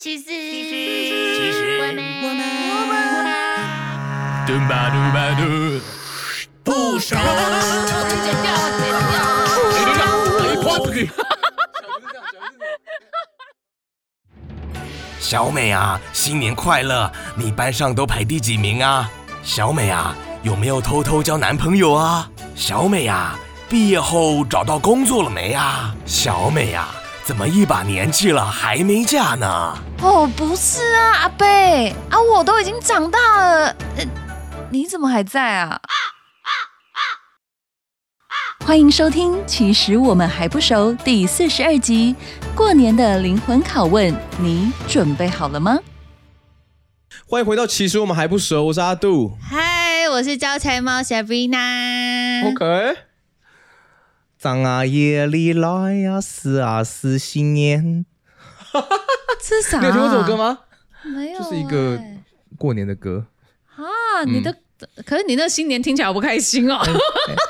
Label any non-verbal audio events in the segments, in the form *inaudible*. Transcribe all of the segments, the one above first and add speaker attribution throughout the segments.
Speaker 1: 其实，
Speaker 2: 其实
Speaker 1: 我们，
Speaker 3: 我们
Speaker 2: 嘟吧嘟吧嘟，不熟。
Speaker 1: 剪掉，剪掉。
Speaker 4: *laughs* 小美啊，新年快乐！你班上都排第几名啊？小美啊，有没有偷偷交男朋友啊？小美啊，毕业后找到工作了没啊？小美啊，怎么一把年纪了还没嫁呢？
Speaker 3: 哦，不是啊，阿贝啊，我都已经长大了，呃你怎么还在啊？欢迎收听《其实我们还不熟》第四十二集，过年的灵魂拷问，你准备好了吗？
Speaker 5: 欢迎回到，其实我们还不熟，我是阿杜。
Speaker 1: 嗨，我是招财猫 Sabrina。
Speaker 3: 嗯
Speaker 5: OK。张啊夜里来呀、是啊是新年。
Speaker 3: 这是啥、啊？
Speaker 5: 你有听过这首歌？吗？
Speaker 3: 没有、
Speaker 5: 就是一个
Speaker 3: 哎
Speaker 5: 过年
Speaker 3: *laughs*
Speaker 5: 的歌。
Speaker 3: 啊，你的、
Speaker 5: 嗯
Speaker 1: 可是你那新年听起来好不开心
Speaker 5: *laughs*
Speaker 1: 哦。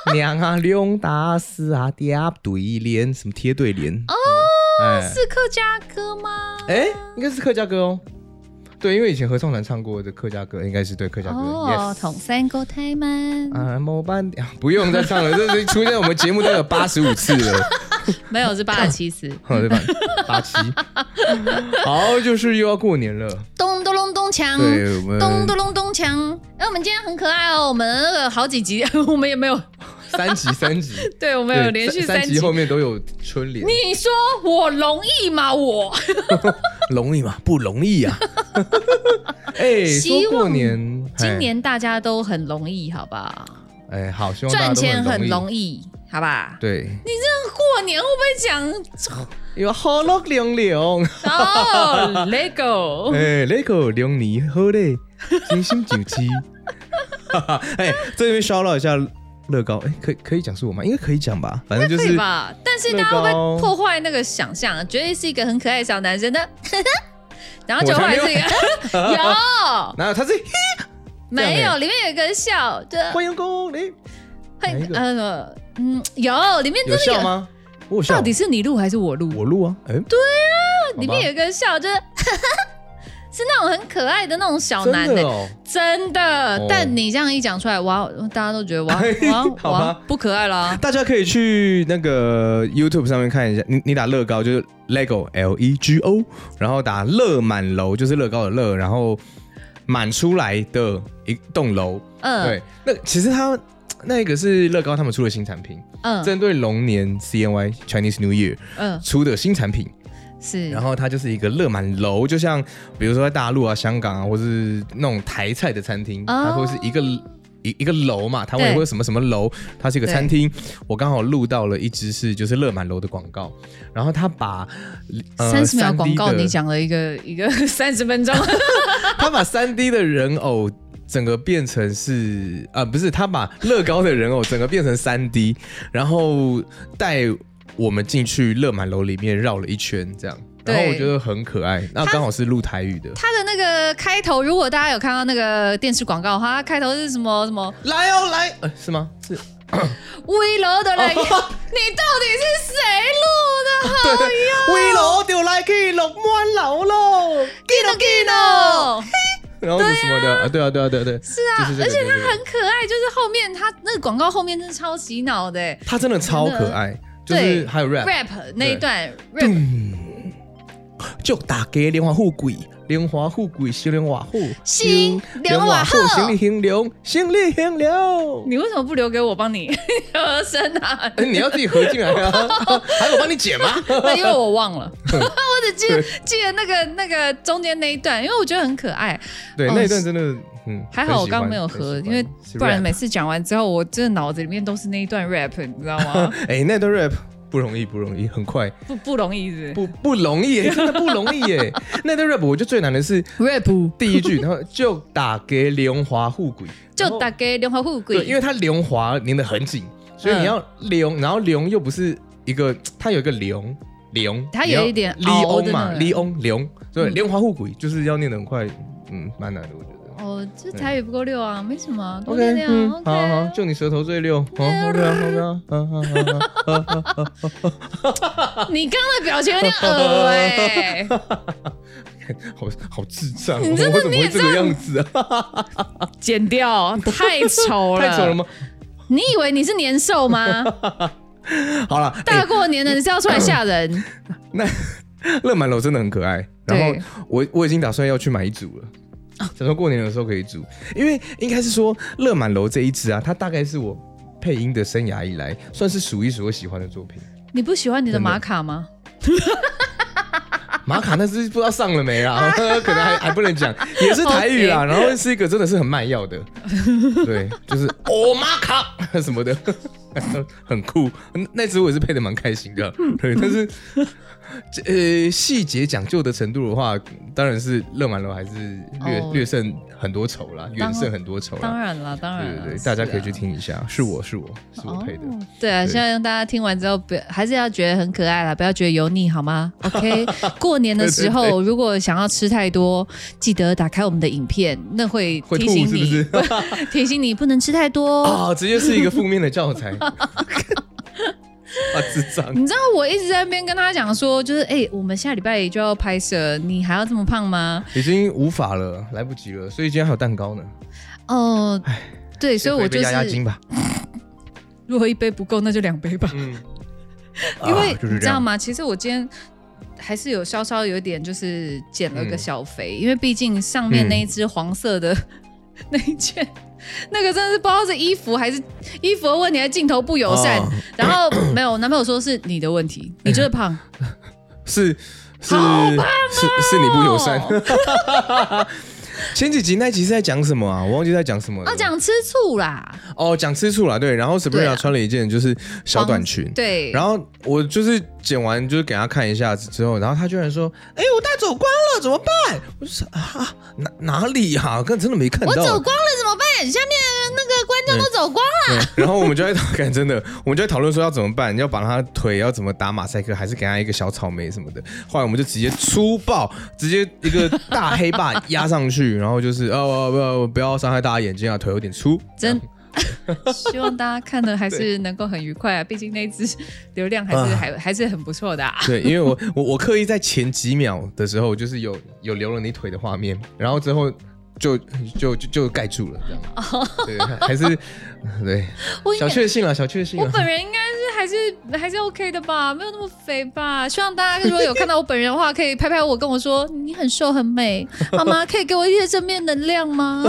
Speaker 5: 哎娘啊，两打四啊，嗲对联，什么贴对联？哦，哎
Speaker 3: 是客家歌吗？
Speaker 5: 哎，应该是客家歌哦。对，因为以前合唱团唱过的客家歌，应该是对客家歌。
Speaker 3: 哦，
Speaker 5: yes
Speaker 3: 同三哥太慢，
Speaker 5: 啊，某班啊，不用再唱了，这这出现在我们节目都有八十五次了。
Speaker 1: 没有，是八十七十。
Speaker 5: 好，对吧？八七，好，就是又要过年了。
Speaker 1: *laughs* 咚咚咚咚锵，
Speaker 5: 对，我们
Speaker 1: 咚咚咚咚锵。哎，我们今天很可爱哦，我们那个好几集， *laughs* 我们也没有，
Speaker 5: *laughs* 三集，三
Speaker 1: *laughs*
Speaker 5: 集，
Speaker 1: 对，我们
Speaker 5: 对
Speaker 1: 有连续
Speaker 5: 三
Speaker 1: 三集
Speaker 5: 集。后面都有春联，
Speaker 1: 你说我容易吗？我
Speaker 4: 容易吗？不容易
Speaker 1: *laughs*
Speaker 4: 啊！
Speaker 5: 哎，
Speaker 1: 希
Speaker 5: 说
Speaker 1: 望
Speaker 5: 过年，
Speaker 1: 今年大家都很容易，好吧？
Speaker 5: 哎，哎好，希望大家
Speaker 1: 赚
Speaker 5: 都
Speaker 1: 钱很
Speaker 5: 容易，
Speaker 1: 容易，好吧？
Speaker 5: 对，
Speaker 1: 过年会不会讲
Speaker 5: 有好乐凉凉，
Speaker 1: *laughs* 哦？Lego
Speaker 5: 哎，那个凉泥好嘞，真心九七，哈哈， *laughs* 哎，这边骚扰一下乐高，哎，可以可以讲是我吗？应该可以讲吧，反正就
Speaker 1: 可以
Speaker 5: 是
Speaker 1: 吧？但是大家会不
Speaker 5: 乐高
Speaker 1: 会破坏那个想象？觉得是一个很可爱的小男生的， *laughs* 然后就
Speaker 5: 我才
Speaker 1: 来
Speaker 5: 没有
Speaker 1: 是一个 *laughs*
Speaker 5: *laughs*
Speaker 1: 有
Speaker 5: 哪有他是
Speaker 1: 没
Speaker 5: 这
Speaker 1: 有？
Speaker 5: 样欸
Speaker 1: 里面有一个笑，就
Speaker 5: 欢迎光临，
Speaker 1: 会
Speaker 5: 哪一个
Speaker 1: 呃嗯有，里面
Speaker 5: 有
Speaker 1: 真的
Speaker 5: 笑
Speaker 1: 有，
Speaker 5: 吗？我有笑
Speaker 1: 到底是你录还是我录？
Speaker 5: 我录啊，哎，对啊
Speaker 1: 里面有一个笑，就是 *laughs* 是那种很可爱的那种小男
Speaker 5: 真
Speaker 1: 的
Speaker 5: 的，哦，
Speaker 1: 真的
Speaker 5: 哦。哎
Speaker 1: 但你这样一讲出来，哇，大家都觉得
Speaker 5: *laughs*
Speaker 1: 哇哇
Speaker 5: 好吧
Speaker 1: 哇不可爱啦。
Speaker 5: 大家可以去那个 YouTube 上面看一下，你你打乐高就是 Lego L E G O，然后打乐满楼就是乐高的乐，然后满出来的一栋楼。
Speaker 1: 嗯
Speaker 5: 对，那其实它那个是乐高他们出的新产品，
Speaker 1: 嗯
Speaker 5: 针对龙年 CNY Chinese New Year
Speaker 1: 嗯，
Speaker 5: 出的新产品。
Speaker 1: 是。
Speaker 5: 然后它就是一个乐满楼，就像比如说在大陆啊、香港啊，或是那种台菜的餐
Speaker 1: 哦
Speaker 5: 厅，它会是一个。一一个楼嘛，台湾也会有什么什么楼，它是一个餐厅。我刚好录到了一支是就是乐满楼的广告，然后他把呃
Speaker 1: 三十秒
Speaker 5: 3D
Speaker 1: 广告，
Speaker 5: 的
Speaker 1: 你讲了一个一个 *laughs* 三十分钟，
Speaker 5: 他把三 D 的人偶整个变成是啊、不是他把乐高的人偶整个变成三 D，然后带我们进去乐满楼里面绕了一圈，这样，然后
Speaker 1: 对
Speaker 5: 我觉得很可爱。那刚好是录台语的，
Speaker 1: 他的那个开头，如果大家有看到那个电视广告的话，它开头是什么什么
Speaker 5: 来哦来，呃是吗？是，
Speaker 1: 危楼的 *laughs* 人，你到底
Speaker 5: 哦
Speaker 1: 是谁录的？
Speaker 5: 对对，危楼就来去落满楼喽，
Speaker 1: 记得记得，
Speaker 5: 然后是什么的啊？对啊对啊对啊对啊，是
Speaker 1: 啊而且
Speaker 5: 他
Speaker 1: 它很可爱，就是后面它那个广告后面真的超洗脑的欸
Speaker 5: 他真的超可爱，就是
Speaker 1: 对
Speaker 5: 还有 rap，
Speaker 1: ，rap 那一段 rap
Speaker 5: 祝大家莲花富贵，莲花富贵，新年瓦户，
Speaker 1: 新年瓦户
Speaker 5: 行李行流，行李行流。
Speaker 1: 你为什么不留给我帮你 *laughs* 和声
Speaker 5: *laughs*
Speaker 1: 啊？
Speaker 5: 哎，你要自己合进来 *laughs* 啊！还有我帮你剪吗？
Speaker 1: 那因为我忘了， *laughs* 我只记得记得那个那个中间那一段，因为我觉得很可爱。
Speaker 5: 对，
Speaker 1: 哦
Speaker 5: 那一段真的，嗯，
Speaker 1: 还好我
Speaker 5: 很喜欢
Speaker 1: 刚刚没有喝，
Speaker 5: 很喜
Speaker 1: 因
Speaker 5: 欢
Speaker 1: 为
Speaker 5: 是
Speaker 1: 不然
Speaker 5: rap
Speaker 1: 每次讲完之后，我真的脑子里面都是那一段 rap，你知道
Speaker 5: *laughs*
Speaker 1: 吗？
Speaker 5: 哎，那段 rap 不容易，不容易，很快，
Speaker 1: 不不容易是
Speaker 5: 不不容易耶，真 *laughs* 的不容易
Speaker 1: *laughs*
Speaker 5: 耶。那段 rap 我觉得最难的是
Speaker 1: 不是 rap
Speaker 5: 第一句，然后 *laughs* 就打给莲花富贵，然
Speaker 1: 就
Speaker 5: 后
Speaker 1: 打给莲花富
Speaker 5: 对，
Speaker 1: 贵，
Speaker 5: 因为它莲华粘的很紧，所以你要莲，然后莲又不是一个，它有一个莲莲，
Speaker 1: 它有一点
Speaker 5: 利
Speaker 1: 凹的那
Speaker 5: 翁嘛，
Speaker 1: 个
Speaker 5: 利翁莲，所以
Speaker 1: 嗯
Speaker 5: 莲花护鬼就是要念的很快，嗯，蛮难的，我觉得。
Speaker 1: 哦，这台语不够溜啊，没什么啊，多练
Speaker 5: OK，
Speaker 1: 练
Speaker 5: 嗯
Speaker 1: 啊，
Speaker 5: 好好，
Speaker 1: ，OK。
Speaker 5: 就你舌头最溜，好，OK 啊，OK 啊，
Speaker 1: 欸
Speaker 5: *laughs*
Speaker 1: 你刚刚的表情有点恶哎，
Speaker 5: 好好智障、哦，
Speaker 1: 你真的
Speaker 5: 我怎么
Speaker 1: 你
Speaker 5: 会
Speaker 1: 也
Speaker 5: 这
Speaker 1: 这
Speaker 5: 个
Speaker 1: 样
Speaker 5: 样子啊？
Speaker 1: 剪掉，太丑了，
Speaker 5: 太丑了？吗？
Speaker 1: 你以为你是年兽吗？
Speaker 5: *laughs* 好了，哎
Speaker 1: 大过年的你是要出来吓人？
Speaker 5: *laughs* 那乐满楼真的很可爱。然
Speaker 1: 对
Speaker 5: 后我我已经打算要去买一组了，想说过年的时候可以煮，因为应该是说乐满楼这一支啊，它大概是我配音的生涯以来算是数一数二喜欢的作品。
Speaker 1: 你不喜欢你的
Speaker 5: 真的
Speaker 1: 玛卡吗？
Speaker 5: 马卡那只不知道上了
Speaker 1: *laughs*
Speaker 5: 没啊，可能还还不能讲，也是台语啊啦。然后是一个真的是很卖药的，对，
Speaker 1: *laughs*
Speaker 5: 就是哦马卡 *laughs* 什么的，很酷。那只我也是配的蛮开心的，啊
Speaker 1: 嗯
Speaker 5: 对。但是这呃细节讲究的程度的话，当然是乐满楼还是略、
Speaker 1: 哦
Speaker 5: 略胜很多筹啦，
Speaker 1: 当
Speaker 5: 远胜很多筹啦。
Speaker 1: 当然了，当然
Speaker 5: 对
Speaker 1: 啦
Speaker 5: 对对，
Speaker 1: 是
Speaker 5: 大家可以
Speaker 1: 啊
Speaker 5: 去听一下，是我是我是我配的。
Speaker 1: 哦。对啊，
Speaker 5: 对
Speaker 1: 希望大家听完之后，不要还是要觉得很可爱啦，不要觉得油腻好吗
Speaker 5: *laughs*
Speaker 1: ？OK，过年的时候
Speaker 5: 对对
Speaker 1: 如果想要吃太多，记得打开我们的影片，那会
Speaker 5: 会
Speaker 1: 提
Speaker 5: 吐
Speaker 1: 醒
Speaker 5: 是不
Speaker 1: 你，
Speaker 5: 是
Speaker 1: *laughs* 提醒你不能吃太多。
Speaker 5: *laughs* 啊、直接是一个负面的
Speaker 1: *laughs*
Speaker 5: 教材， *laughs* 啊，智障。
Speaker 1: 你知道我一直在那边跟他讲说，就是哎、我们下礼拜就要拍摄，你还要这么胖吗？
Speaker 5: 已经无法了，来不及了，所以今天还有蛋糕呢。
Speaker 1: 哦、对，所以我
Speaker 5: 先回
Speaker 1: 就
Speaker 5: 被压压
Speaker 1: 是
Speaker 5: 惊，吧。
Speaker 1: 如果一杯不够，那就两杯吧。
Speaker 5: 嗯，
Speaker 1: *laughs* 因为、
Speaker 5: 啊就是这样
Speaker 1: 你知道吗？其实我今天还是有稍稍有点就是减了个小肥，因为毕竟上面那一只黄色的、 *laughs* 那一件，那个真的是不知道是衣服还是衣服的问题，还是镜头不友善。
Speaker 5: 哦
Speaker 1: 然 *coughs* 后没有，我男朋友说是你的问题，你就是胖。
Speaker 5: 是是、
Speaker 1: 哦
Speaker 5: 是是你不友善。 *laughs* 前几集那集是在讲什么啊？我忘记在讲什么了。
Speaker 1: 啊，讲吃醋啦，
Speaker 5: 哦，讲吃醋啦，对。然后
Speaker 1: 对啊
Speaker 5: Sabrina 穿了一件就是小短裙，
Speaker 1: 对，
Speaker 5: 然后我就是剪完，就是给他看一下子之后，然后他居然说：“
Speaker 1: 嗯
Speaker 5: 哎、我带走光了，怎么办？”我就说：“啊，哪哪里呀、啊？刚真的没看到。”
Speaker 1: 我走光了怎么办？下面那个观众都走光了，
Speaker 5: 对，然后我们就在讨论，真的，我们就在讨论说要怎么办，要把他腿要怎么打马赛克，还是给他一个小草莓什么的。后来我们就直接粗暴，直接一个大黑霸压上去， *laughs* 然后就是哦不、不不要伤害大家眼睛啊，腿有点粗。
Speaker 1: 真。 *laughs* 希望大家看的还是能够很愉快啊，毕竟那一只流量还是还还是很不错的、啊。
Speaker 5: 对，因为我我 *laughs* 我刻意在前几秒的时候，就是有有留了你腿的画面，然后之后就就就就盖住了这样。对，还是对
Speaker 1: 我哦应该
Speaker 5: 小确幸了，啊小确幸
Speaker 1: 我
Speaker 5: 了。
Speaker 1: 本人应该是还是还是 OK 的吧，没有那么肥吧。希望大家如果有看到我本人的话，可以拍拍我，跟我说你很瘦很
Speaker 5: *laughs*
Speaker 1: 美，妈妈可以给我一些正面能量吗？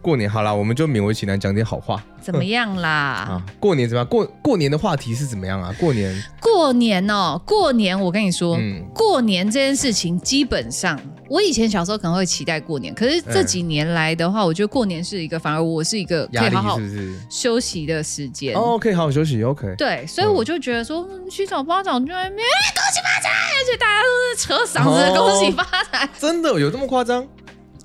Speaker 5: 过年好啦，我们就勉为其难讲点好话。
Speaker 1: 怎么样啦
Speaker 5: *laughs* 啊？，过年怎么样？过过年的话题是怎么样啊？过年，
Speaker 1: 过年哦，过年我跟你说，
Speaker 5: 嗯
Speaker 1: 过年这件事情基本上，我以前小时候可能会期待过年，可是
Speaker 5: 哎
Speaker 1: 这几年来的话，我觉得过年是一个，反而我是一个可
Speaker 5: 压
Speaker 1: 以
Speaker 5: 力
Speaker 1: 好好
Speaker 5: 是不是？
Speaker 1: 休息的时间。
Speaker 5: 哦，可以好好休息，OK。
Speaker 1: 对，所以我就觉得说，嗯七早八早就在那边，哎恭喜发财，而且大家都是扯嗓子，
Speaker 5: 哦
Speaker 1: 恭喜发财。
Speaker 5: 真的有这么夸张？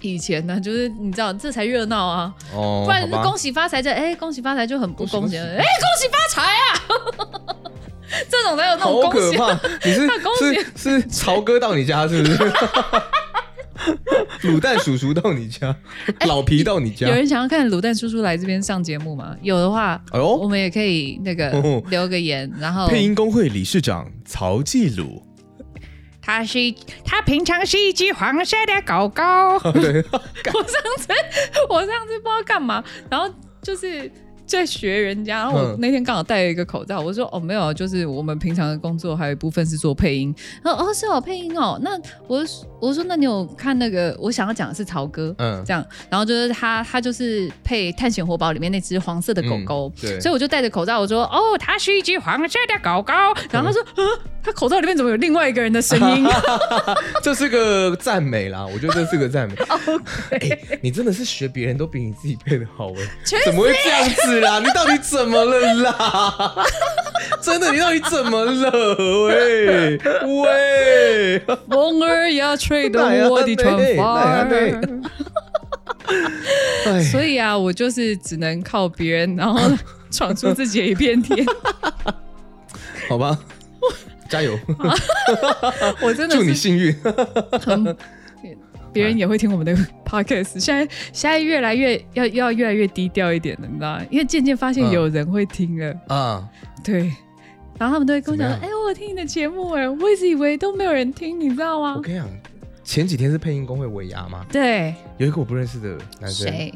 Speaker 1: 以前呢，就是你知道，这才热闹啊，
Speaker 5: 哦，
Speaker 1: 不然
Speaker 5: 好
Speaker 1: 是
Speaker 5: 吧
Speaker 1: 恭喜发财这，哎，恭喜发财就很不
Speaker 5: 恭喜
Speaker 1: 恭喜，
Speaker 5: 恭喜
Speaker 1: 哎，恭喜发财啊， *laughs* 这种才有那种
Speaker 5: 好
Speaker 1: 恭
Speaker 5: 可
Speaker 1: 喜。啊
Speaker 5: 怕！你是
Speaker 1: 恭喜
Speaker 5: 是是曹哥到你家是不是？卤蛋叔叔到你家，老皮到你家
Speaker 1: *laughs* 哎有，人想要看卤蛋叔叔来这边上节目吗？有的话，
Speaker 5: 哎
Speaker 1: 我
Speaker 5: 呦，
Speaker 1: 们也可以那个
Speaker 5: 哦
Speaker 1: 留个言，然后
Speaker 5: 配音工会理事长曹继
Speaker 1: *laughs*
Speaker 5: 鲁，
Speaker 6: 它是一，它平常是一只黄色的狗狗。
Speaker 1: 我上次 *laughs* 我上次不知道干嘛，然后就是在学人家，然后我
Speaker 5: 嗯
Speaker 1: 那天刚好戴了一个口罩，我说哦没有，就是我们平常的工作还有一部分是做配音，然后哦是哦配音哦，那我就我说那你有看那个我想要讲的是曹哥，
Speaker 5: 嗯
Speaker 1: 这样，然后就是他他就是配《探险活宝》里面那只黄色的狗狗。
Speaker 5: 嗯对
Speaker 1: 所以我就戴着口罩，我说哦，
Speaker 6: 它是一只黄色的狗狗，
Speaker 1: 然后他说，嗯，他口罩里面怎么有另外一个人的声
Speaker 5: *laughs*
Speaker 1: 音？
Speaker 5: 这是个赞美啦，我觉得这是
Speaker 1: *laughs*
Speaker 5: 个赞美。哎，你真的是学别人都比你自己配的好哎，怎么会这样子啦？你到底怎么了
Speaker 1: *laughs*
Speaker 5: 啦？真的，你到底怎么了？喂喂，哎
Speaker 1: 风儿呀，吹动我的长发
Speaker 5: 哪样
Speaker 1: 儿。*laughs*
Speaker 5: 哎，
Speaker 1: 所以啊，我就是只能靠别人，然后闯出自己的一片
Speaker 5: *laughs*
Speaker 1: 天。
Speaker 5: 好吧，加油，
Speaker 1: 我真
Speaker 5: 祝你
Speaker 1: 的是 *laughs*
Speaker 5: 幸运。
Speaker 1: 很，别人也会听我们的 podcast。现在现在越来越要要越来越低调一点了，你知道吗？因为渐渐发现
Speaker 5: 嗯
Speaker 1: 有人会听了，
Speaker 5: 啊，
Speaker 1: 对。然后他们都会跟我讲说：“
Speaker 5: 怎么
Speaker 1: 哎、我有听你的节目哎，我一直以为都没有人听，你知道吗
Speaker 5: 我跟你讲，前几天是配音工会尾牙嘛，
Speaker 1: 对，
Speaker 5: 有一个我不认识的男生，
Speaker 1: 谁？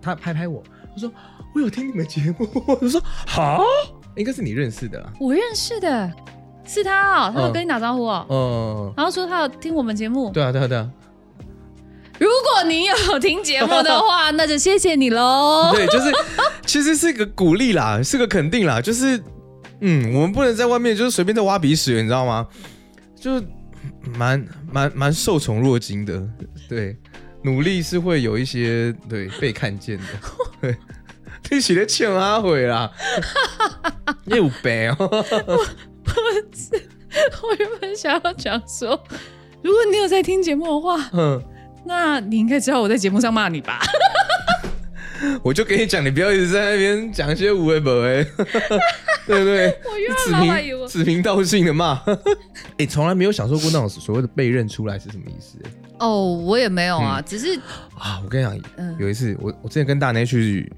Speaker 5: 他拍拍我，他说我有听你们节目， *laughs* 我说好，应该是你认识的啦。啊
Speaker 1: 我认识的，是他哦，他有跟你打招呼哦，
Speaker 5: 嗯，
Speaker 1: 然后说他有听我们节目。
Speaker 5: 对啊，对啊，对啊，
Speaker 1: 如果你有听节目的
Speaker 5: *laughs*
Speaker 1: 话，那就谢谢你喽。
Speaker 5: 对，就是其实是个鼓励啦，是个肯定啦，就是嗯，我们不能在外面就是随便在挖鼻屎，你知道吗？就是蛮蛮蛮受宠若惊的，对，努力是会有一些对被看见的，对。你写的欠阿悔啦，你有病哦！
Speaker 1: *laughs* 我原本想要讲说，如果你有在听节目的话，
Speaker 5: 嗯，
Speaker 1: 那你应该知道我在节目上骂你吧？
Speaker 5: 我就跟你讲，你不要一直在那边讲一些无为
Speaker 1: *laughs*
Speaker 5: 不为，对不对？
Speaker 1: 我又要
Speaker 5: 指
Speaker 1: 老板以
Speaker 5: 名
Speaker 1: 为
Speaker 5: 指名道姓的骂， *laughs* 哎、从来没有享受过那种所谓的被认出来是什么意思、哎
Speaker 1: *laughs* 哦，我也没有啊，只是
Speaker 5: 啊！我跟你
Speaker 1: 嗯
Speaker 5: 讲，有一次我我之前跟大内去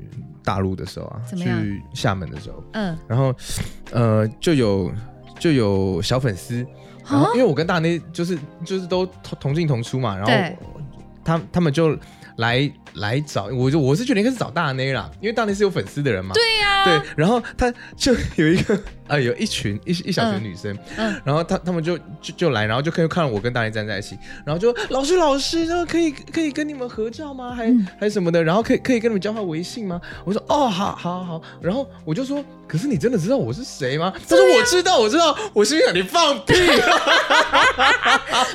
Speaker 5: 大陆的时候啊，
Speaker 1: 怎么样
Speaker 5: 去厦门的时候，
Speaker 1: 嗯
Speaker 5: 然后呃就有就有小粉丝，
Speaker 1: 啊
Speaker 5: 然后因为我跟大内就是就是都同同进同出嘛，然
Speaker 1: 对
Speaker 5: 后他他们就来来找我就我是觉得应该是找大内啦，因为大内是有粉丝的人嘛，
Speaker 1: 对啊呀、
Speaker 5: 对，然后他就有一个 *laughs* 啊，有一群一一小群
Speaker 1: 嗯
Speaker 5: 女生，
Speaker 1: 嗯
Speaker 5: 然后他他们就就就来，然后就可以看到我跟大力站在一起，然后就老师老师，那可以可以跟你们合照吗？还、
Speaker 1: 嗯
Speaker 5: 还什么的，然后可以可以跟你们交换微信吗？我说哦，好好好，然后我就说，可是你真的知道我是谁吗？他说我知道，我知道，我心里想你放屁，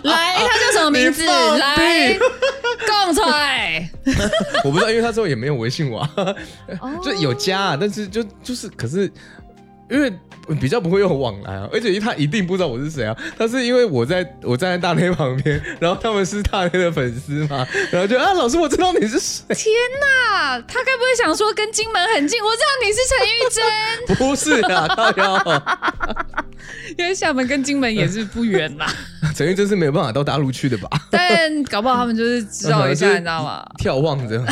Speaker 1: 来，他叫什么名字？
Speaker 5: 你放屁
Speaker 1: 来，共出来。 *laughs*
Speaker 5: 我不知道，因为他之后也没有微信我、啊，
Speaker 1: 哦
Speaker 5: *laughs* 就有加、啊，但是就就是可是因为比较不会用往来啊，而且他一定不知道我是谁啊。他是因为我在我站在大内旁边，然后他们是大内的粉丝嘛，然后就啊，老师我知道你是谁，
Speaker 1: 天哪，他该不会想说跟金门很近？我知道你是陈玉珍，
Speaker 5: 不是啊，大家
Speaker 1: *laughs* 因为厦门跟金门也是不远啦。
Speaker 5: 陈玉真是没有办法到大陆去的吧？
Speaker 1: 但搞不嗯好他们就是知道 *laughs* 一下，
Speaker 5: *laughs* 就是
Speaker 1: 你知道吗？
Speaker 5: 眺望
Speaker 1: *laughs*
Speaker 5: 着，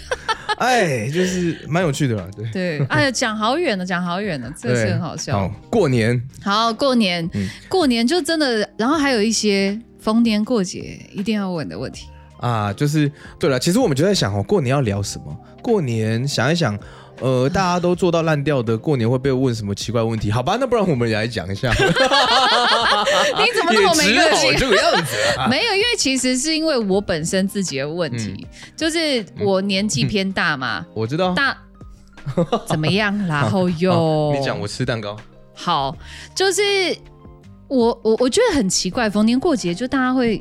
Speaker 5: *laughs* 哎，就是蛮有趣的啦，对。
Speaker 1: 对，哎呀，讲好远了，讲好远了，这
Speaker 5: 对
Speaker 1: 是很好笑。
Speaker 5: 好，过年
Speaker 1: 好，过年，
Speaker 5: 嗯
Speaker 1: 过年就真的，然后还有一些逢年过节一定要问的问题。
Speaker 5: 啊，就是对了，其实我们就在想哦，过年要聊什么？过年想一想，呃，大家都做到烂掉的，过年会被问什么奇怪问题？好吧，那不然我们也来讲
Speaker 1: *laughs*
Speaker 5: 一下，
Speaker 1: 你怎么那
Speaker 5: 啊也
Speaker 1: 么没
Speaker 5: 只
Speaker 1: 个
Speaker 5: 好
Speaker 1: 性？
Speaker 5: 这个样子啊。
Speaker 1: 没有，因为其实是因为我本身自己的问题，
Speaker 5: 嗯
Speaker 1: 就是我年纪偏大嘛，
Speaker 5: 我知道，
Speaker 1: 大怎么样？然
Speaker 5: *laughs*
Speaker 1: 后又、
Speaker 5: 啊你讲我吃蛋糕，
Speaker 1: 好，就是我我我觉得很奇怪，逢年过节就大家会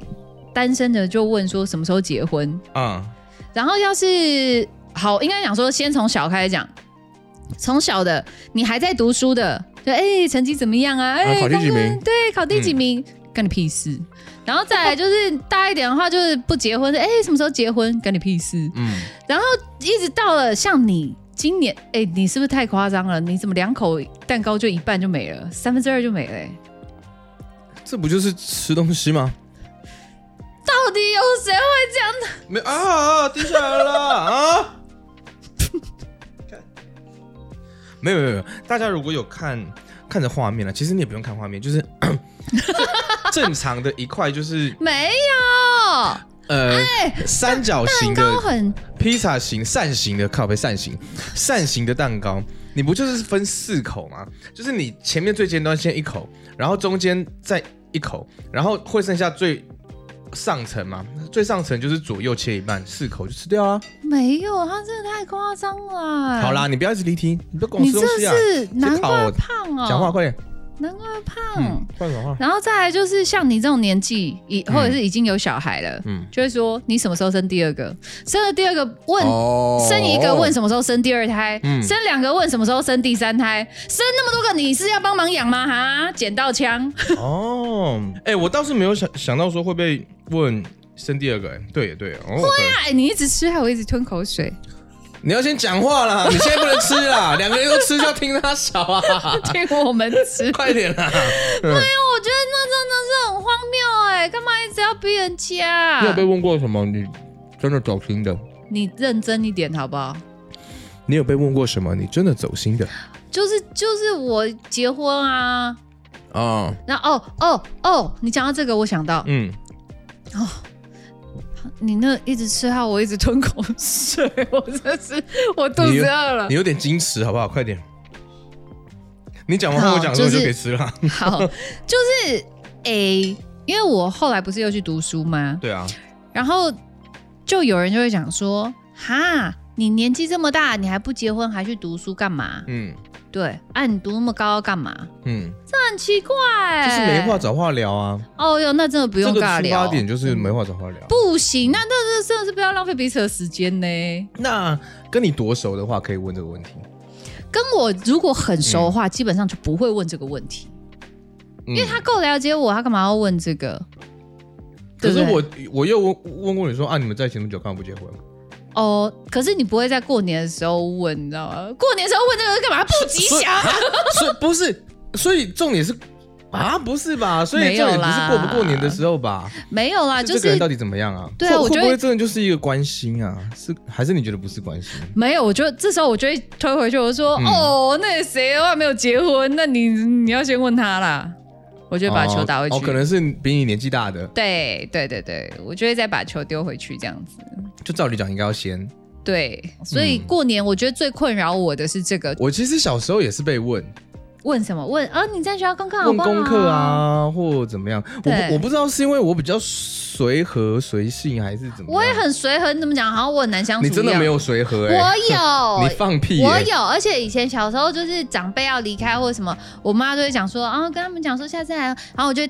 Speaker 1: 单身的就问说什么时候结婚，
Speaker 5: 啊，
Speaker 1: 然后要是好，应该讲说先从小开始讲，从小的你还在读书的，就哎、成绩怎么样啊？哎、
Speaker 5: 考第
Speaker 1: 刚
Speaker 5: 几
Speaker 1: 刚
Speaker 5: 名嗯
Speaker 1: 对，考第几名？干你屁事！然后再来就是大一点的话，就是不结婚，哎、什么时候结婚？干你屁事！
Speaker 5: 嗯，
Speaker 1: 然后一直到了像你今年，哎、你是不是太夸张了？你怎么两口蛋糕就一半就没了，三分之二就没了、哎
Speaker 5: 这不就是吃东西吗？
Speaker 1: 到底有谁会这样的？
Speaker 5: 没啊啊，啊滴下来了啊！ *laughs* 没有没有没有，大家如果有看看着画面了，其实你也不用看画面，就是 *coughs* 正正常的一块就是
Speaker 1: 没有，
Speaker 5: 呃，三角形
Speaker 1: 哎蛋糕
Speaker 5: 的
Speaker 1: 很
Speaker 5: 披萨型、扇形的靠背扇形、扇形的蛋糕，你不就是分四口吗？就是你前面最尖端先一口，然后中间再一口，然后会剩下最上层嘛？最上层就是左右切一半，四口就吃掉啊。
Speaker 1: 没有，他真的太夸张了。
Speaker 5: 好啦，，你不要一直离题，你不要跟我
Speaker 1: 你
Speaker 5: 吃
Speaker 1: 这
Speaker 5: 东西啊！
Speaker 1: 是难
Speaker 5: 考
Speaker 1: 怪
Speaker 5: 我
Speaker 1: 胖哦，
Speaker 5: 讲话快点，
Speaker 1: 难怪胖。
Speaker 5: 嗯，快点讲话。
Speaker 1: 然后再来就是像你这种年纪，已或者是已经有小孩了，
Speaker 5: 嗯
Speaker 1: 就会说你什么时候生第二个？生了第二个问、
Speaker 5: 哦
Speaker 1: 生一个问什么时候生第二胎？
Speaker 5: 嗯
Speaker 1: 生两个问什么时候生第三胎？生那么多个你是要帮忙养吗？哈，捡到枪，
Speaker 5: 哦，哎、我倒是没有想想到说会被问生第二个、哎，对对哦，对
Speaker 1: 哎，你一直吃，害我一直吞口
Speaker 5: *laughs*
Speaker 1: 水。
Speaker 5: 你要先讲
Speaker 1: *laughs*
Speaker 5: 话啦，你现在不能吃啦，两个人都吃就要听他
Speaker 1: *laughs*
Speaker 5: 小啊，
Speaker 1: 听我们吃，哎
Speaker 5: 快点啊啦！
Speaker 1: 我觉得那真的是很荒谬哎、干嘛一直要逼人家？
Speaker 5: 问过什么？你真的走心的？
Speaker 1: 你认真一点好不好？
Speaker 5: 你有被问过什么？你真的走心的？
Speaker 1: 就是就是我结婚啊，
Speaker 5: 哦，
Speaker 1: 然后哦哦哦，你讲到这个，我想到、
Speaker 5: 嗯，
Speaker 1: 你那一直吃它，我一直吞口水， *laughs* 我真是我肚
Speaker 5: 你
Speaker 1: 子
Speaker 5: 有
Speaker 1: 饿了
Speaker 5: 你。有点矜持好不好？快点，你讲完话
Speaker 1: 好
Speaker 5: 我讲的时候
Speaker 1: 就
Speaker 5: 就是可以吃了。
Speaker 1: 好，就是诶、因为我后来不是又去读书吗？
Speaker 5: *laughs* 对啊，
Speaker 1: 然后就有人就会讲说，哈，你年纪这么大，你还不结婚，还去读书干嘛？
Speaker 5: 嗯
Speaker 1: 对，啊，你读那么高要干嘛？
Speaker 5: 嗯，
Speaker 1: 那很奇怪、
Speaker 5: 就是没话。找话聊啊。
Speaker 1: 哦哟，那真的不用
Speaker 5: 这个
Speaker 1: 尬
Speaker 5: 出发
Speaker 1: 聊。
Speaker 5: 点就是没话找话聊。
Speaker 1: 不行，那那那真的是不要浪费彼此的时间呢。
Speaker 5: 那跟你多熟的话，可以问这个问题。
Speaker 1: 跟我如果很熟的话，
Speaker 5: 嗯
Speaker 1: 基本上就不会问这个问题，
Speaker 5: 因
Speaker 1: 因为他够了解我，他干嘛要问这个？
Speaker 5: 可是
Speaker 1: 对不对
Speaker 5: 我我又问问过你说啊，你们在一起那么久，干嘛不结婚？
Speaker 1: 哦，可是你不会在过年的时候问，你知道吗？过年的时候问这个干嘛？不吉
Speaker 5: 所以
Speaker 1: 祥。
Speaker 5: 啊所以不是，所以重点是啊，不是吧？所以重
Speaker 1: 没
Speaker 5: 点
Speaker 1: 有
Speaker 5: 不
Speaker 1: 啦
Speaker 5: 是过不过年的时候吧？
Speaker 1: 没有啦，
Speaker 5: 是
Speaker 1: 就
Speaker 5: 这个人到
Speaker 1: 是
Speaker 5: 底怎么样啊？
Speaker 1: 对啊
Speaker 5: 会
Speaker 1: 我觉
Speaker 5: 会
Speaker 1: 得
Speaker 5: 不会真的就是一个关心啊？是还是你觉得不是关心？
Speaker 1: 没有。我觉得这时候我就会推回去，我说、
Speaker 5: 嗯
Speaker 1: 哦，那个谁的话没有结婚，那你你要先问他啦。我就把球打回去。
Speaker 5: 哦哦可能是比你年纪大的，
Speaker 1: 对对对对，我就会再把球丢回去这样子。
Speaker 5: 就照理讲应该要先。
Speaker 1: 对，所以
Speaker 5: 嗯
Speaker 1: 过年我觉得最困扰我的是这个，
Speaker 5: 我其实小时候也是被问
Speaker 1: 问什么？问啊，你在学校功课好
Speaker 5: 问
Speaker 1: 不好？
Speaker 5: 功课，啊，或怎么样，我
Speaker 1: 对
Speaker 5: 不我不知道是因为我比较随和随性还是怎么样。
Speaker 1: 我也很随和，你怎么讲？好像我很难相处
Speaker 5: 你真
Speaker 1: 一
Speaker 5: 的
Speaker 1: 样
Speaker 5: 没有随和哎、
Speaker 1: 啊我有
Speaker 5: *laughs* 你。放屁、欸！
Speaker 1: 我有，而且以前小时候就是长辈要离开或者什么，我妈都会讲说，啊，跟他们讲说下次来，然后我就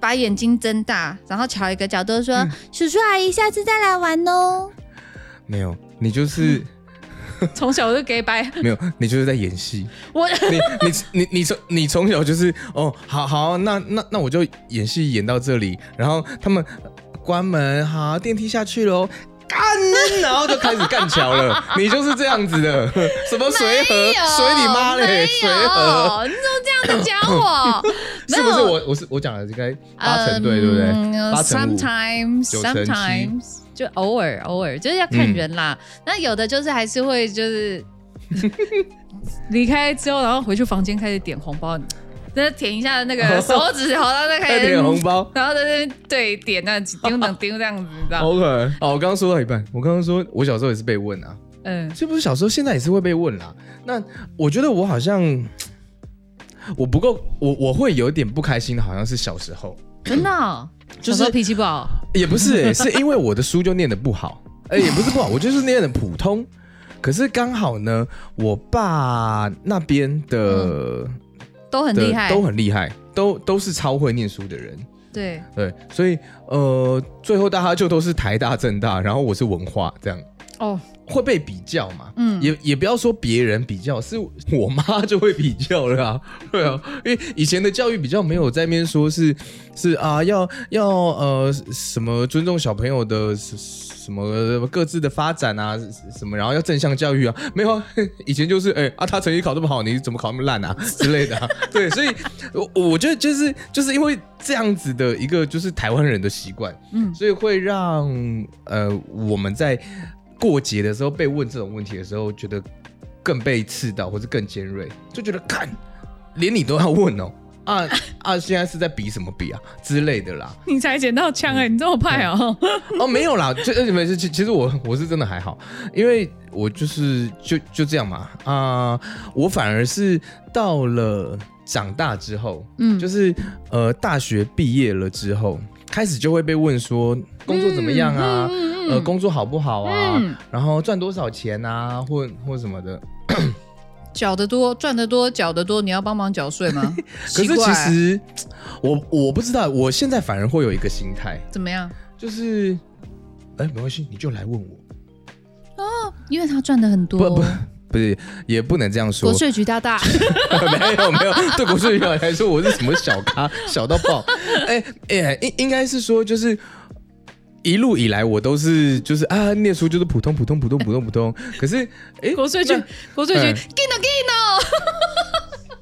Speaker 1: 把眼睛睁大，然后瞧一个角度说，
Speaker 5: 嗯
Speaker 1: 叔叔阿姨下次再来玩哦。
Speaker 5: 没有，你就是
Speaker 1: *laughs* 从小就给 *laughs* 白，
Speaker 5: *laughs* 没有，你就是在演戏。
Speaker 1: 我
Speaker 5: 你你你你从你从小就是哦，好好，那那那我就演戏演到这里，然后他们关门，好，电梯下去喽。干，然后就开始干
Speaker 1: *laughs*
Speaker 5: 桥了。你就是这样子的，什么随和， *laughs* 随你妈嘞，随和，，
Speaker 1: 你怎么这样子讲我？
Speaker 5: *laughs* 是不是我？我是我讲的应该八成对，对不对？八成五。
Speaker 1: 嗯 Sometimes,
Speaker 5: 九成七
Speaker 1: sometimes，就偶尔偶尔，就是要看人啦。那有的就是还是会就是 *laughs* 离开之后，然后回去房间开始点红包，再舔一下那个手指头，然后再开
Speaker 5: 再
Speaker 1: 始
Speaker 5: 哦点红包，
Speaker 1: 然后在那边对点那叮
Speaker 5: *laughs*
Speaker 1: 当叮这样子，你知道？
Speaker 5: OK，哦，我刚刚说到一半，我刚刚说我小时候也是被问啊，
Speaker 1: 嗯，
Speaker 5: 这不是小时候，现在也是会被问啦。那我觉得我好像我不够，我我会有点不开心的，好像是小时候，
Speaker 1: 真的哦，
Speaker 5: 就
Speaker 1: 小
Speaker 5: 是
Speaker 1: 时候脾气不好，
Speaker 5: 也不是、
Speaker 1: *laughs*
Speaker 5: 欸，是因为我的书就念得不好，哎、也不是不好，我就是念的普通。可是刚好呢，我爸那边的、
Speaker 1: 都嗯很
Speaker 5: 的
Speaker 1: 厉害，
Speaker 5: 都很厉害，都都是超会念书的人。
Speaker 1: 对。
Speaker 5: 对，所以呃，最后大家就都是台大、政大，然后我是文化这样。
Speaker 1: 哦，
Speaker 5: 会被比较嘛，
Speaker 1: 嗯
Speaker 5: 也也不要说别人比较，是我妈就会比较了啊， *laughs* 对啊，因为以前的教育比较没有在面说是是啊，要要呃什么尊重小朋友的什什么各自的发展啊，什么然后要正向教育啊， *laughs* 没有啊，以前就是哎、啊，他成绩考这么好，你怎么考那么烂啊之类的、啊， *laughs* 对，所以我我觉得就是就是因为这样子的一个就是台湾人的习惯，
Speaker 1: 嗯
Speaker 5: 所以会让呃我们在过节的时候被问这种问题的时候，觉得更被刺到，或是更尖锐，就觉得看连你都要问
Speaker 1: *laughs*
Speaker 5: 哦。啊啊！现在是在比什么比啊之类的啦。
Speaker 1: 你才捡到枪哎、你这么派哦、
Speaker 5: 哦，没有啦，就没事。其其实我我是真的还好，因为我就是就就这样嘛。啊、我反而是到了长大之后，
Speaker 1: 嗯
Speaker 5: 就是呃大学毕业了之后，开始就会被问说工作怎么样啊，呃工作好不好啊，
Speaker 1: 嗯
Speaker 5: 然后赚多少钱啊，或或什么的。
Speaker 1: 缴得多，赚得多，缴得多，你要帮忙缴税吗？
Speaker 5: *laughs*
Speaker 1: 可
Speaker 5: 可是其实我我不知道，我现在反而会有一个心态，
Speaker 1: 怎么样？
Speaker 5: 就是哎、没关系，你就来问我，
Speaker 1: 因为他赚的很多，
Speaker 5: 不 *laughs* 不不是也不能这样说
Speaker 1: 哦国，税局大大，
Speaker 5: *laughs* 没有没有，对国税局来说，我是什么
Speaker 1: *laughs*
Speaker 5: 小咖，小到爆。哎、哎、应应该是说，就是一路以来我都是就是啊，念书就是普通普通普通普通普通。可是哎、
Speaker 1: 国税局
Speaker 5: 那，
Speaker 1: 国税局
Speaker 5: 嗯
Speaker 1: ，gino gino，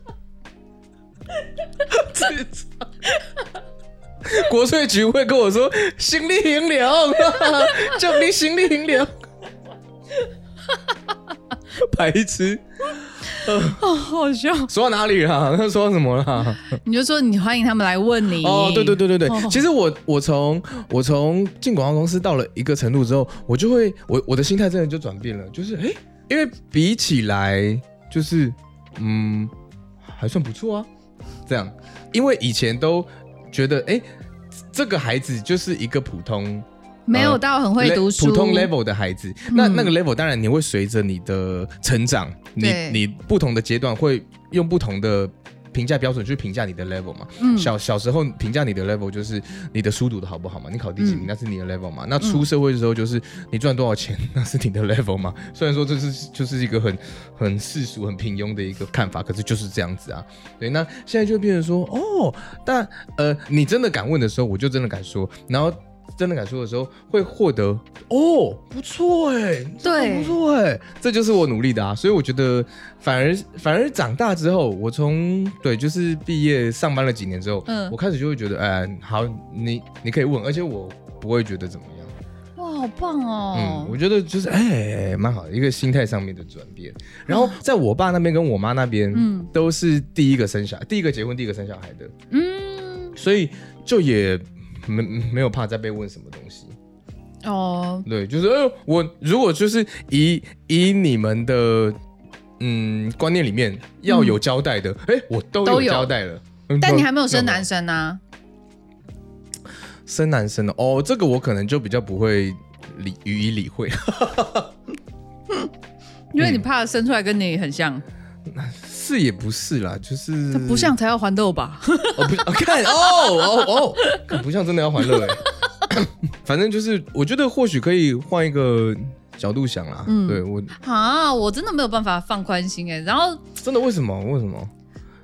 Speaker 5: 国税局会跟我说行李行了，
Speaker 1: *laughs*
Speaker 5: 就啊你 *laughs* 行李行了，白痴。
Speaker 1: 哦，好笑。
Speaker 5: 说到哪里了？ *laughs* 那说到什么了？
Speaker 1: 你就说你欢迎他们来问你。
Speaker 5: 哦，对对对对对，
Speaker 1: 哦
Speaker 5: 其实我我从我从进广告公司到了一个程度之后，我就会我我的心态真的就转变了，就是哎，诶因为比起来就是嗯还算不错啊，这样，因为以前都觉得哎这个孩子就是一个普通
Speaker 1: 没有到很会
Speaker 5: le-
Speaker 1: 读书，
Speaker 5: 呃普通 level 的孩子，
Speaker 1: 嗯
Speaker 5: 那那个 level 当然你会随着你的成长，你
Speaker 1: 对
Speaker 5: 你不同的阶段会用不同的评价标准去评价你的 level 嘛。
Speaker 1: 嗯
Speaker 5: 小小时候评价你的 level 就是你的书读的好不好嘛，你考第几名、
Speaker 1: 嗯
Speaker 5: 那是你的 level 嘛。那出社会的时候就是你赚多少钱那是你的 level 嘛。虽然说这是就是一个很很世俗、很平庸的一个看法，可是就是这样子啊。对，那现在就变成说，哦，但呃，你真的敢问的时候，我就真的敢说，然后。真的敢说的时候，会获得哦，不错哎、
Speaker 1: 对
Speaker 5: 不错哎、这就是我努力的啊。所以我觉得，反而反而长大之后，我从对就是毕业上班了几年之后，
Speaker 1: 嗯
Speaker 5: 我开始就会觉得，哎、好，你你可以问，而且我不会觉得怎么样。
Speaker 1: 哇，好棒
Speaker 5: 嗯，我
Speaker 1: 哦！
Speaker 5: 觉得就是哎，蛮好的一个心态上面的转变。然后在我爸那边跟我妈那边，
Speaker 1: 嗯
Speaker 5: 都是第一个生小，第一个结婚，第一个生小孩的，
Speaker 1: 嗯，
Speaker 5: 所以就也没没有怕再被问什么东西。
Speaker 1: 哦，
Speaker 5: 对，就是、呃、我如果就是以以你们的嗯观念里面要有交代的，哎、我都
Speaker 1: 嗯都
Speaker 5: 有
Speaker 1: 有
Speaker 5: 交代了。嗯
Speaker 1: 但你还没有生
Speaker 5: 那我
Speaker 1: 男生啊？
Speaker 5: 嗯生男生的哦，这个我可能就比较不会理予以理会， *laughs*
Speaker 1: 因为你怕生出来跟你很像，
Speaker 5: 嗯是也不是啦，就是
Speaker 1: 这不像才要还豆
Speaker 5: *laughs*
Speaker 1: 吧？
Speaker 5: 哦不哦看哦哦哦，看不像真的要还乐哎。 *coughs* 反正就是，我觉得或许可以换一个角度想啦。
Speaker 1: 嗯
Speaker 5: 对我
Speaker 1: 啊，我真的没有办法放宽心哎、然后
Speaker 5: 真的为什么为什么？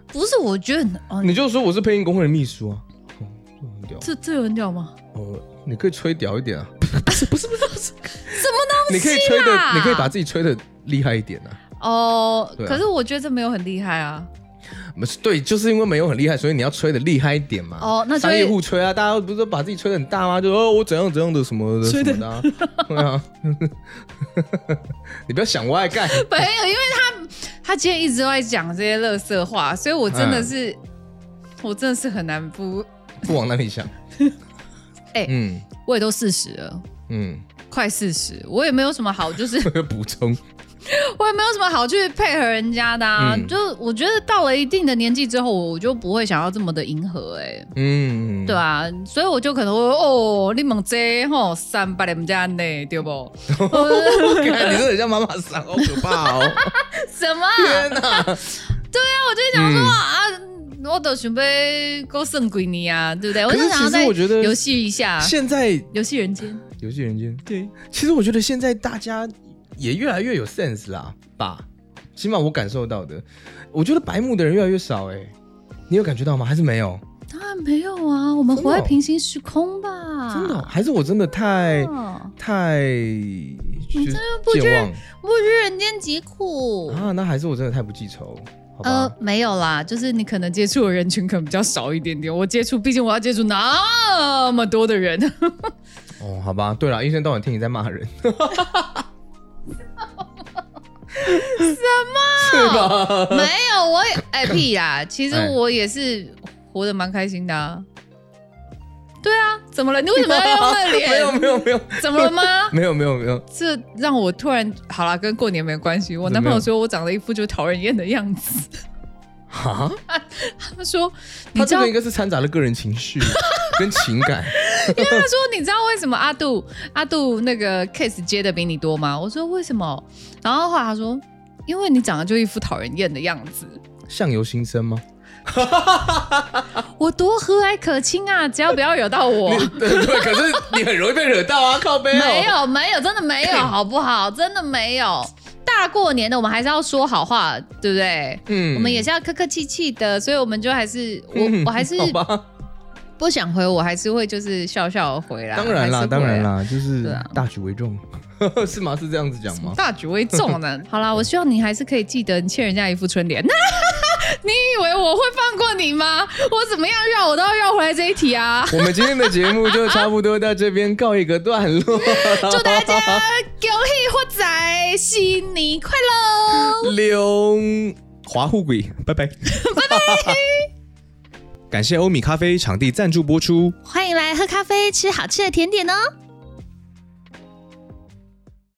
Speaker 1: 不是，我觉得哦，
Speaker 5: 你就说我是配音工会的秘书啊，哦，这很屌。
Speaker 1: 这这有很屌吗？
Speaker 5: 哦，你可以吹屌一点啊！不是
Speaker 1: 啊
Speaker 5: 不是不是不是，什么东西？你可以吹的，你可以把自己吹的厉害一点啊！
Speaker 1: 哦，
Speaker 5: 对啊
Speaker 1: 可是我觉得这没有很厉害啊。
Speaker 5: 不是对，就是因为没有很厉害，所以你要吹的厉害一点嘛。
Speaker 1: 哦那就会
Speaker 5: 商业互吹啊，大家不是都把自己吹的很大吗？就哦，我怎样怎样的什么的什么的啊，对啊。 *laughs* 你不要想歪干，
Speaker 1: 没有，因为他他今天一直都在讲这些乐色话，所以我真的是、
Speaker 5: 嗯
Speaker 1: 我真的是很难不，
Speaker 5: 不往那里想。
Speaker 1: *laughs* 哎
Speaker 5: 嗯
Speaker 1: 我也都四十了。
Speaker 5: 嗯， *laughs*
Speaker 1: 快四十，我也没有什么好，就是
Speaker 5: 补充，
Speaker 1: 我也没有什么好去配合人家的啊。
Speaker 5: 嗯
Speaker 1: 就我觉得到了一定的年纪之后，我就不会想要这么的迎合、欸，哎，
Speaker 5: 嗯，
Speaker 1: 对啊，所以我就可能会哦，你猛这吼三百人家呢，
Speaker 5: *laughs*
Speaker 1: 对不？呃
Speaker 5: 干， *laughs* 你真的很像妈妈桑，好可怕
Speaker 1: *laughs*
Speaker 5: 哦！
Speaker 1: 什么？
Speaker 5: 天哪，
Speaker 1: *laughs*
Speaker 5: 嗯
Speaker 1: 我就想说、啊，我都准备够胜鬼你啊，对不对？我
Speaker 5: 可是
Speaker 1: 就想要
Speaker 5: 其实
Speaker 1: 再
Speaker 5: 我觉得
Speaker 1: 游戏一下，
Speaker 5: 现在
Speaker 1: 游戏人间。
Speaker 5: 游戏人间。对，其实我觉得现在大家也越来越有 sense 啦，吧？起码我感受到的，我觉得白目的人越来越少、欸，哎，你有感觉到吗？还是没有？
Speaker 1: 当然没有啊，我们活在
Speaker 5: 真的哦
Speaker 1: 平行时空吧？
Speaker 5: 真的哦、还是我真的太、
Speaker 1: 哦
Speaker 5: 太
Speaker 1: 你
Speaker 5: 就
Speaker 1: 真的不觉
Speaker 5: 健
Speaker 1: 得不知人间疾苦
Speaker 5: 忘啊？那还是我真的太不记仇，好吧？
Speaker 1: 呃，没有啦，就是你可能接触的人群可能比较少一点点。我接触，毕竟我要接触那么多的人。
Speaker 5: 哦，好吧。对了，一天到晚听你在骂
Speaker 1: *laughs*
Speaker 5: 人，什么？ *laughs* 是吧？
Speaker 1: 没有，我也哎屁啦，其实
Speaker 5: 呃哎
Speaker 1: 我也是活得蛮开心的、啊。对啊，怎么了？你为什么要用那个脸？
Speaker 5: *laughs* 没有没有没有
Speaker 1: 怎么了吗？
Speaker 5: 没有没有没有，
Speaker 1: 这让我突然好啦，跟过年没关系。我男朋友说我长得一副就讨人厌的样子， *laughs*
Speaker 5: 哈。
Speaker 1: 他说你
Speaker 5: 他
Speaker 1: 知
Speaker 5: 这
Speaker 1: 道，
Speaker 5: 个应该是掺杂了个人情绪 *laughs* 跟情
Speaker 1: *laughs*
Speaker 5: 感。
Speaker 1: 他说你知道为什么阿杜阿杜那个 case 接的比你多吗？我说为什么？然后后来他说，因为你长得就一副讨人厌的样子。
Speaker 5: 相由心生吗？
Speaker 1: 我多和蔼可亲啊，只要不要惹到我。
Speaker 5: *laughs* 对对，可是你很容易被惹
Speaker 1: *laughs*
Speaker 5: 到啊，靠背哦
Speaker 1: 没有没有，真的
Speaker 5: *coughs*
Speaker 1: 没有，好不好？真的没有。大过年的，我们还是要说好话，对不对？
Speaker 5: 嗯
Speaker 1: 我们也是要客客气气的，所以我们就还是我、
Speaker 5: 嗯
Speaker 1: 我还是
Speaker 5: 好吧，
Speaker 1: 不想回，我还是会就是笑笑回来。
Speaker 5: 当然啦，当然
Speaker 1: 啦。
Speaker 5: 啦，就是
Speaker 1: 啊对啊
Speaker 5: 大局为重， *laughs* 是吗？是这样子讲吗？
Speaker 1: 大局为重
Speaker 5: *laughs*
Speaker 1: 呢。好啦，我希望你还是可以记得你欠人家一副春联。 *laughs* 你以为我会放过你吗？我怎么样绕我都要绕回来这一题
Speaker 5: *laughs*
Speaker 1: 啊！
Speaker 5: 我们今天的节目就差不多到这边告一个段落，
Speaker 1: 祝大家恭喜发财，新年快乐！
Speaker 5: 龙华富贵，
Speaker 1: *laughs*
Speaker 5: 拜拜，拜拜。 *laughs* 感谢欧米咖啡场地赞助播出。
Speaker 1: 欢迎来喝咖啡，吃好吃的甜点哦。